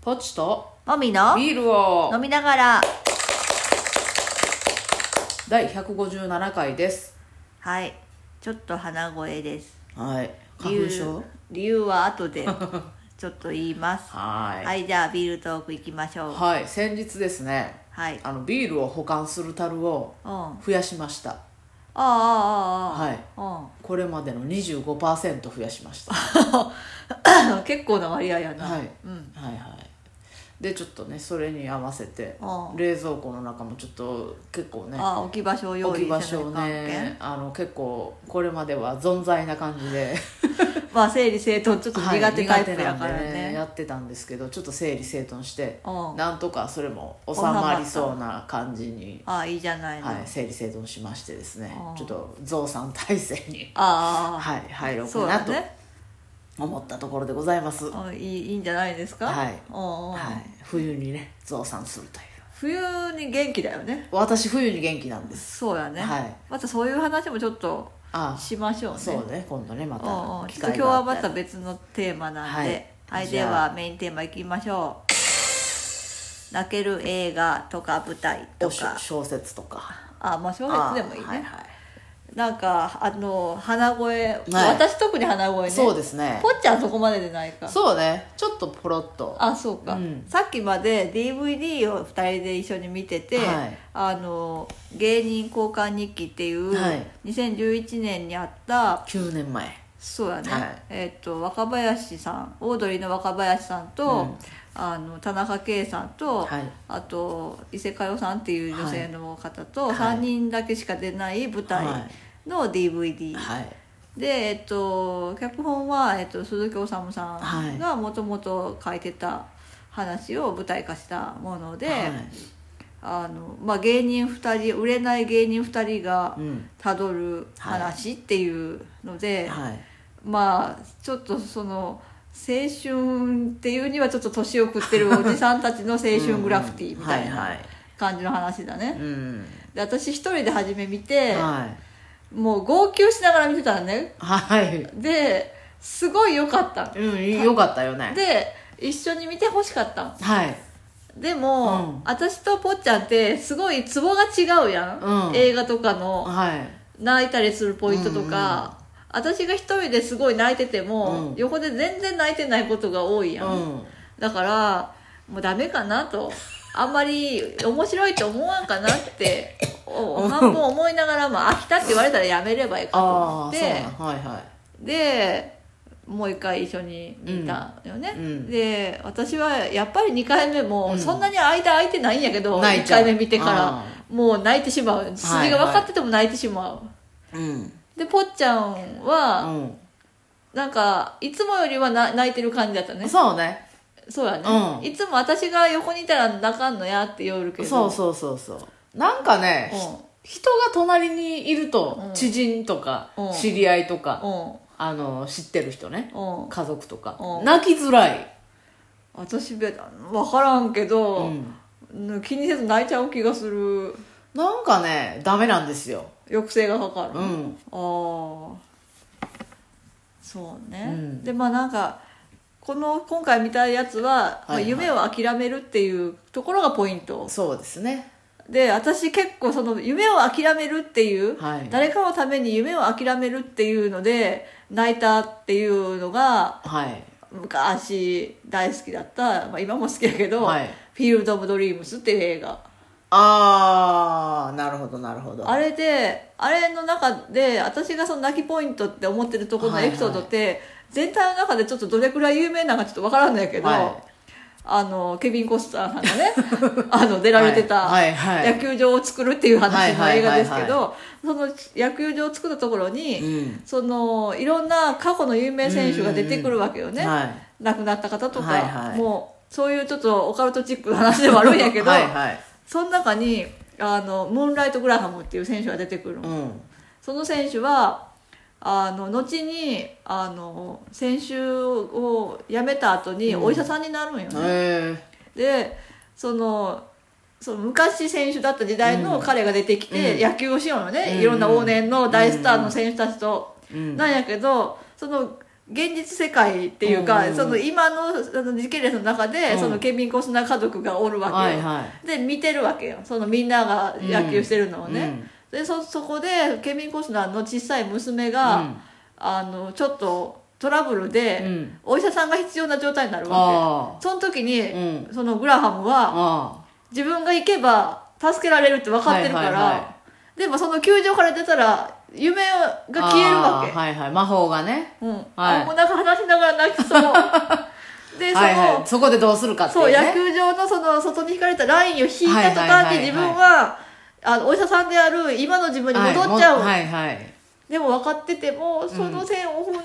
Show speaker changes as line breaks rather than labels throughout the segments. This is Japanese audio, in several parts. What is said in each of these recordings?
ポチと
もみの
ビールを
飲みながら
第157回です
はいちょっと鼻声です
はい
理
花粉症
由理由は後 でちょっと言いますは、
はいいはい、
じゃあビールトークいきましょう
先日ですね
はいうん
あのビールを保管する樽を
あ
増やしました
ああ
はい
ああ
これまでの25%増やしましたは
あうん結構な割合やな、
い、
うん
はいはいでちょっとねそれに合わせて
うん
冷蔵庫の中もちょっと結構ね
ああ置き場所を用
置き
意せな
場
い
所を
関係
ねあの結構これまでは存在な感じ で
まあ整理整頓ちょっと
はい
苦手タイプや
苦手
から
なんで
ね,、
やってたんですけどちょっと整理整頓して
うん
なんとかそれも収まりそうな感じに、
ああいいじゃないの、
はい、整理整頓しましてですね
うん
ちょっと増産体制に、
あ
はい、入
あ
ろう
そ
か
う
な
だ
と
ね
思ったところでございます、は
うんいいいいんじゃないですか
はい
うんうん
い、冬にね増産するという
冬に元気だよね
私冬に元気なんです
そうやね、
はい
またそういう話もちょっと
あ
しましょうね
そうね今度ねま
うんうん
た
ち
機
ょっ
会
と今日
があ
は
っ
ま
た
た
ら
別のテーマなんで、
はい
はい、
じ
で
ゃあ
はメインテーマいきましょう泣ける映画とか舞台と
おしょ
か
小説とか
あまあ小説でもいいね、
あはいはい
なんかあの鼻声、私特に鼻声ね
そうですね
ぽっちゃんそこまででないか
そうねちょっとポロッと
あそうか、
うん
さっきまで DVD を2人で一緒に見てて、
はい
あの芸人交換日記っていう、
はい
2011年にあった
9年前
そうやね、
はい
えっと若林さんオードリーの若林さんと、
うん
あの田中圭さんと、
はい
あと伊勢佳代さんっていう女性の方と、
はい
3人だけしか出ない舞台
は
の DVD、
はい
で、えっと、脚本は、えっと、鈴木おさむさ
はい
んがもともと書いてた話を舞台化したもので、
はい
あのまあ、芸人2人売れない芸人2人が
うん
たどる話っていうので、
はい
まあちょっとその青春っていうにはちょっと年を食ってるおじさんたちの青春グラフィティみたい
は
ない
はい
感じの話だね。
うん
で私一人で初め見て、
はい
もう号泣しながら見てたのね
はい
ですごい良かったの
うんよかったよね
で一緒に見てほしかったの
はい
でも、
うん
私とぽっちゃんってすごいツボが違うやん、
うん
映画とかの
はい
泣いたりするポイントとか、私が一人ですごい泣いてても、
うん
横で全然泣いてないことが多いやん、
うん
だからもうダメかなとあんまり面白いと思わんかなってお半分思いながらも飽きたって言われたらやめればいいかと思
あ
っ
あ
て
そうなんはいは
でもう一回一緒に見たよね、
うんうん
で私はやっぱり2回目
う
も
ん
そんなに間空いてないんやけど、
泣い
1
ちゃう
回目見てからもう泣いてしまう筋が分かってても泣いてしまう、
いうん
でぽっちゃん
う
は
ん
なんかいつもよりはな泣いてる感じだったね
そうね
そうやね、
うん
いつも私が横にいたら泣かんのやって言おるけど
そうそうそうそうなんかね
うん
人が隣にいると
うん
知人とか
うん
知り合いとか
うん
あの知ってる人ね
うん
家族とか
うん
泣きづらい
私べ分からんけ
う
ど、
ん
気にせず泣いちゃう気がする
なんかねダメなんですよ
抑制がかかる、
うん
ああそうね、
うん
でまあなんかこの今回見たやつは、まあ
はいはい
夢を諦めるっていうところがポイント
そうですね
で私結構その夢を諦めるっていう、
はい
誰かのために夢を諦めるっていうので泣いたっていうのが
はい
昔大好きだった、まあ、今も好きやけど、
はい
フィールド・オブ・ドリームス」っていう映画
ああなるほどなるほど
あれであれの中で私がその泣きポイントって思ってるところのエピソードって、全体の中でちょっとどれくらい有名なのかちょっとわからんのやけど、
はい
あのケビン・コスターさんがね あの出られてた、
はいはいはい
野球場を作るっていう話の映画ですけ
は
どその野球場を作ったところに、
うん
そのいろんな過去の有名選手が出てくるわけよね、
はい
亡くなった方とか、
はいはい
もうそういうちょっとオカルトチックな話でもあるんやけど
はいはい
その中にあのムーンライト・グラハムっていう選手が出てくるの、
うん
その選手はあの後にあの選手を辞めた後に
うん
お医者さんになるんよね、
え
でそのその昔選手だった時代の彼が出てきて
うん
野球をしようよね、
うん
いろんな往年の大スターの選手たちと、
えうん
なんやけどその現実世界っていうか、
うん
その今のあの時系列の中で、
うん
そのケビン・コスナー家族がおるわけよ、
はいはい
で見てるわけよそのみんなが野球してるのをね、でそそこでケビン・コスナーの小さい娘
うん
が、あのちょっとトラブル
う
で、
ん
お医者さんが必要な状態になるわけ
あ
その時に
あ、うん
そのグラハムは
あ
自分が行けば助けられるって分かってるから、
はいはいは
でもその球場から出たら夢
あ
が消えるわけ
ああはいはい魔法がね
うん、
はい
あもうなんか話しながら泣 きそうでその、
はいはいそこでどうするかってい
そうう
ね
野球場のその外に引かれたラインを引いた途
はいはい
端
はい
に自分は,、あのお医者さんである今の自分に戻っちゃう、
はいもはいはい
でも分かっててもその線を踏んで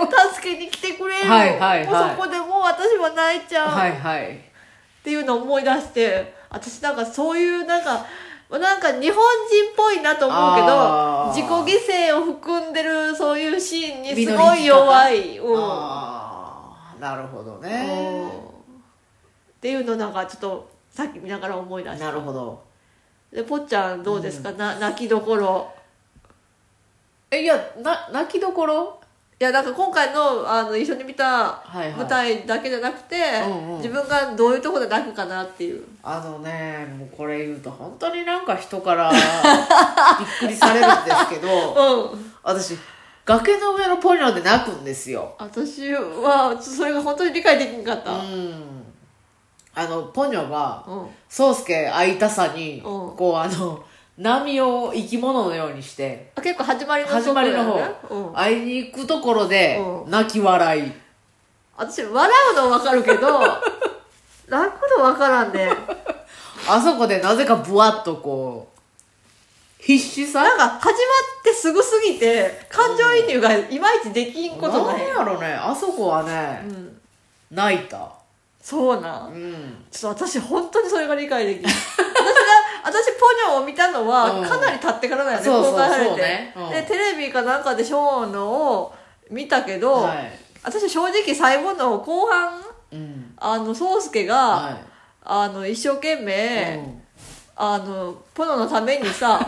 助けに来てくれる、
はいはいはい
もうそこでもう私は泣いちゃう、
はいはい
っていうのを思い出して私なんかそういうなんかなんか日本人っぽいなと思うけ
あー
ど自己犠牲を含んでるそういうシーンにす
美の
ご
生
い
き方
弱いうん
ああなるほど
うんっ
ね
ていうのなんかちょっとさっき見ながら思い出した
なるほど
でぽっちゃんどうですか、な泣きどころ
えいやな泣きどころ
いやなんか今回のあの一緒に見た
はいはい
舞台だけじゃなくて、
うんうん
自分がどういうところで泣くかなっていう
あのねもうこれ言うと本当になんか人から びっくりされるんですけ
う
ど
ん
私崖の上のポニョで泣くんですよ
私はちょっとそれが本当に理解できなかった、
うんあのポニョが
うん
宗介会いたさに
ん
こうあの波を生き物のようにして
あ結構始まりの
始まりの
と
方
ころやねうん、
会いに行くところで
う
泣き笑い
私笑うの分かる けど泣くの分からんね
あそこでなぜかブワッとこう必死さ
なんか始まってすぐすぎて感情移入がいまいちできんこと
な
なんい、
やろねあそこはね
うん、
泣いた
そうなん
うん
ちょっと私本当にそれが理解で きない私が私ポニョを見たの
う
は
ん
かなり経ってからだよね、
そうそう
公開されて
そうねうん
でテレビかなんかでショーのを見たけど、
はい
私正直最後の後半
うん
あの宗介が、
は
あの一生懸
い
命、
うん
あのポノのために さ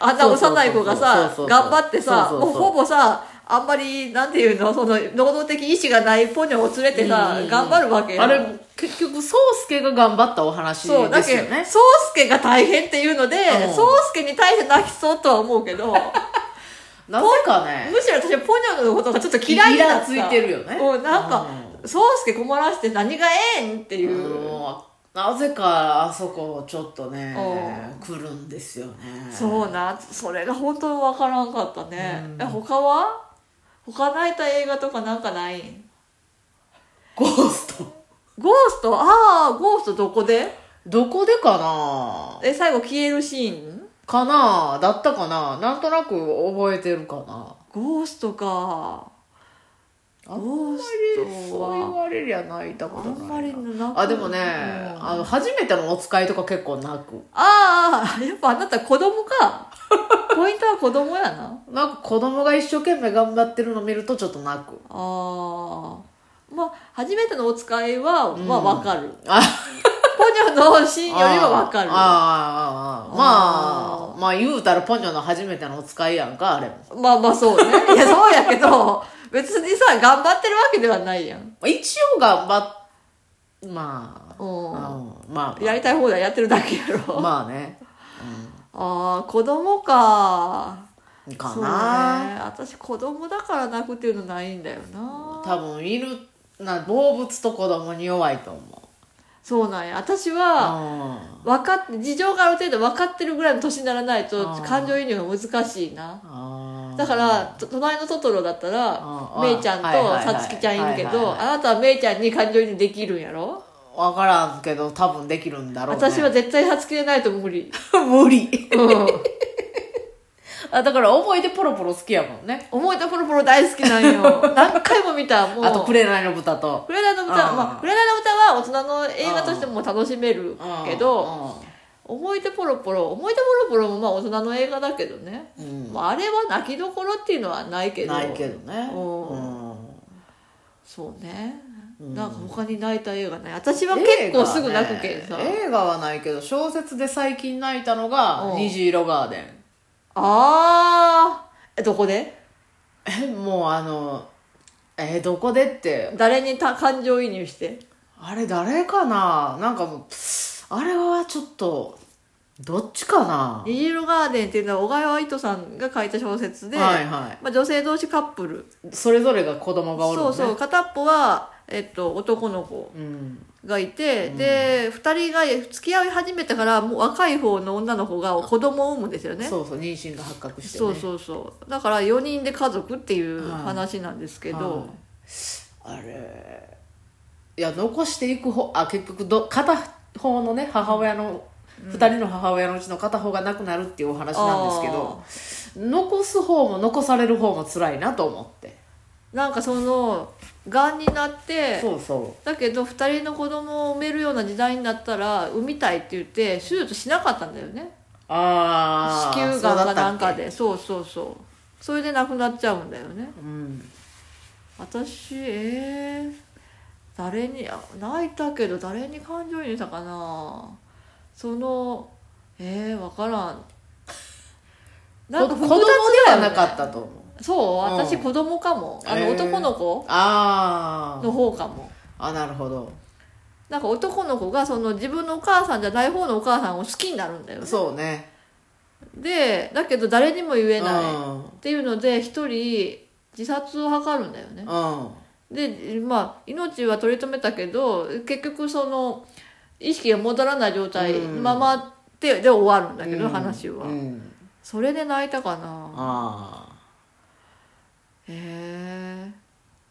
あんな幼い子がさ
そうそうそうそうそうそうそう
頑張ってさ
そう
も
そううそう
ほぼさあんまりなんていうのその能動的意志がないポニョを連れてさ
うん
頑張るわけよ
あれ結局宗介が頑張ったお話
そうだ
で
け
す
ど
よね
宗介が大変っていうので
うん
宗介に対して泣きそうとは思うけ ど
なぜかね
むしろ私はポニョのことがちょっと嫌いになった
イラついてるよね
うんなんか宗介困らして何がええんっていう、
もうなぜかあそこちょっとね
う
来るんですよね
そうなそれが本当に分からんかったね、
うん
え他は他泣いた映画とかなんかないん
ゴースト
ゴーストああゴーストどこで
どこでかな
え最後消えるシーン
かなだったかななんとなく覚えてるかな
ゴーストか
あん
ゴース
そ
ト
う言
は
われりゃ泣いたこ
あ
と
ん
ないな
まりな
あでもね、
うん
あの初めてのお使いとか結構泣く
ああやっぱあなた子 供かポイントは子供やな
なんか子供が一生懸命頑張ってるの見るとちょっと泣く
ああまあ初めてのお使いは、まあ分かる
あ
ポニョのシーンよりは分かる
あああああま
あ
あまあ言うたらポニョの初めてのお使いやんかあれも
まあまあそうね。いや、そうやけど、別にさ、頑張ってるわけではないやん。
一応頑張っまあ、うん
う
ま
ん。やりたい放題やってるだけや
あ
ろ。
まあね
ああ、子供か。
か
そう
な、
ね。私、子供だから泣くっていうのないんだよな。
多分いるな動物と子供に弱いと思う
そうなんや。私は、
あ
分かって、事情がある程度分かってるぐらいの年にならないと
あ、ー
感情移入が難しいな。
あ
だから、と隣のトトロだったら
あ、ー
めいちゃん
はいはいはい
とさつきちゃんいるけ
はいはい
ど、
はい
あなたはめいちゃんに感情移入できるんやろ
分からんけど多分できるんだろう、ね、
私は絶対さつきでないと 無理。
無理
うん。
あだから思い出ポロポロ好きやもんね
思い出ポロポロ大好きなんよ何回も見たもう
あと「紅の豚と」
紅の歌
うん
まあ紅の歌は大人の映画としても楽しめる
うん
けど思い出ポロポロ思い出ポロポロもまあ大人の映画だけどね、
うん、
まあ、あれは泣きどころっていうのはないけど
ないけどね
うん
うん
そうね
うん
なんか他に泣いた映画ない私は結構すぐ泣くけんさ、
映画,、映画はないけど小説で最近泣いたの
う
が
ん
「虹色ガーデン
ああどこで」
えもうあのえーどこでって
誰にた感情移入して
あれ誰かななんかもうあれはちょっとどっちかな
虹色ガーデンっていうのは小川糸さんが書いた小説で、
はいは
まあ、女性同士カップル、
いそれぞれが子供がおる
そ
の
う
ね
そう片っぽは、えっと、男の子
うん、
がいて、で2人が付き合い始めたからもう若い方の女の子が子供を産むんですよね
そうそう妊娠が発覚して、ね、
そうそうそうだから4人で家族っていう話なんですけど、
はいあれいや残していく方あ結局ど片方のね母親の、二人の母親のうちの片方が亡くなるっていうお話なんですけど残す方も残される方も辛いなと思って
なんかそのがんになって
そうそ
だけど2人の子供を産めるような時代になったら産みたいって言って手術しなかったんだよね
うああ
子宮がんかなんかでそうそうそうそれで亡くなっちゃうんだよね
うん
私えー、誰にあ泣いたけど誰に感情移入したかなそのえー、分からんなん
子
か
子
複雑だ
供
よ
で
ね
はなかったと思う
そう私
うん
子供かもあ
へー
の男の子
あ
の方かも
ああなるほど
なんか男の子がその自分のお母さんじゃない方のお母さんを好きになるんだよね
そうね
でだけど誰にも言えない、っ
う
ていうので一人自殺を図るんだよね
んうん
でまあ命は取り留めたけど結局その意識が戻らない状態
うん
ままってで終わるんだけど、
うん
話は、
うん
それで泣いたかな
あ
へえ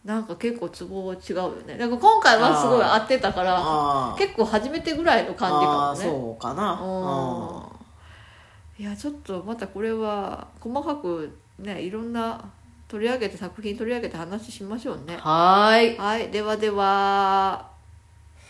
なんか結構ツボは違うよねなんか今回はすごい合ってたか
あ
ら
ああ
結構初めてぐらいの感じ
ああ
かもね
そうかなうん
うんいやちょっとまたこれは細かくねいろんな取り上げて作品取り上げて話しましょうね
はーい。
はいではでは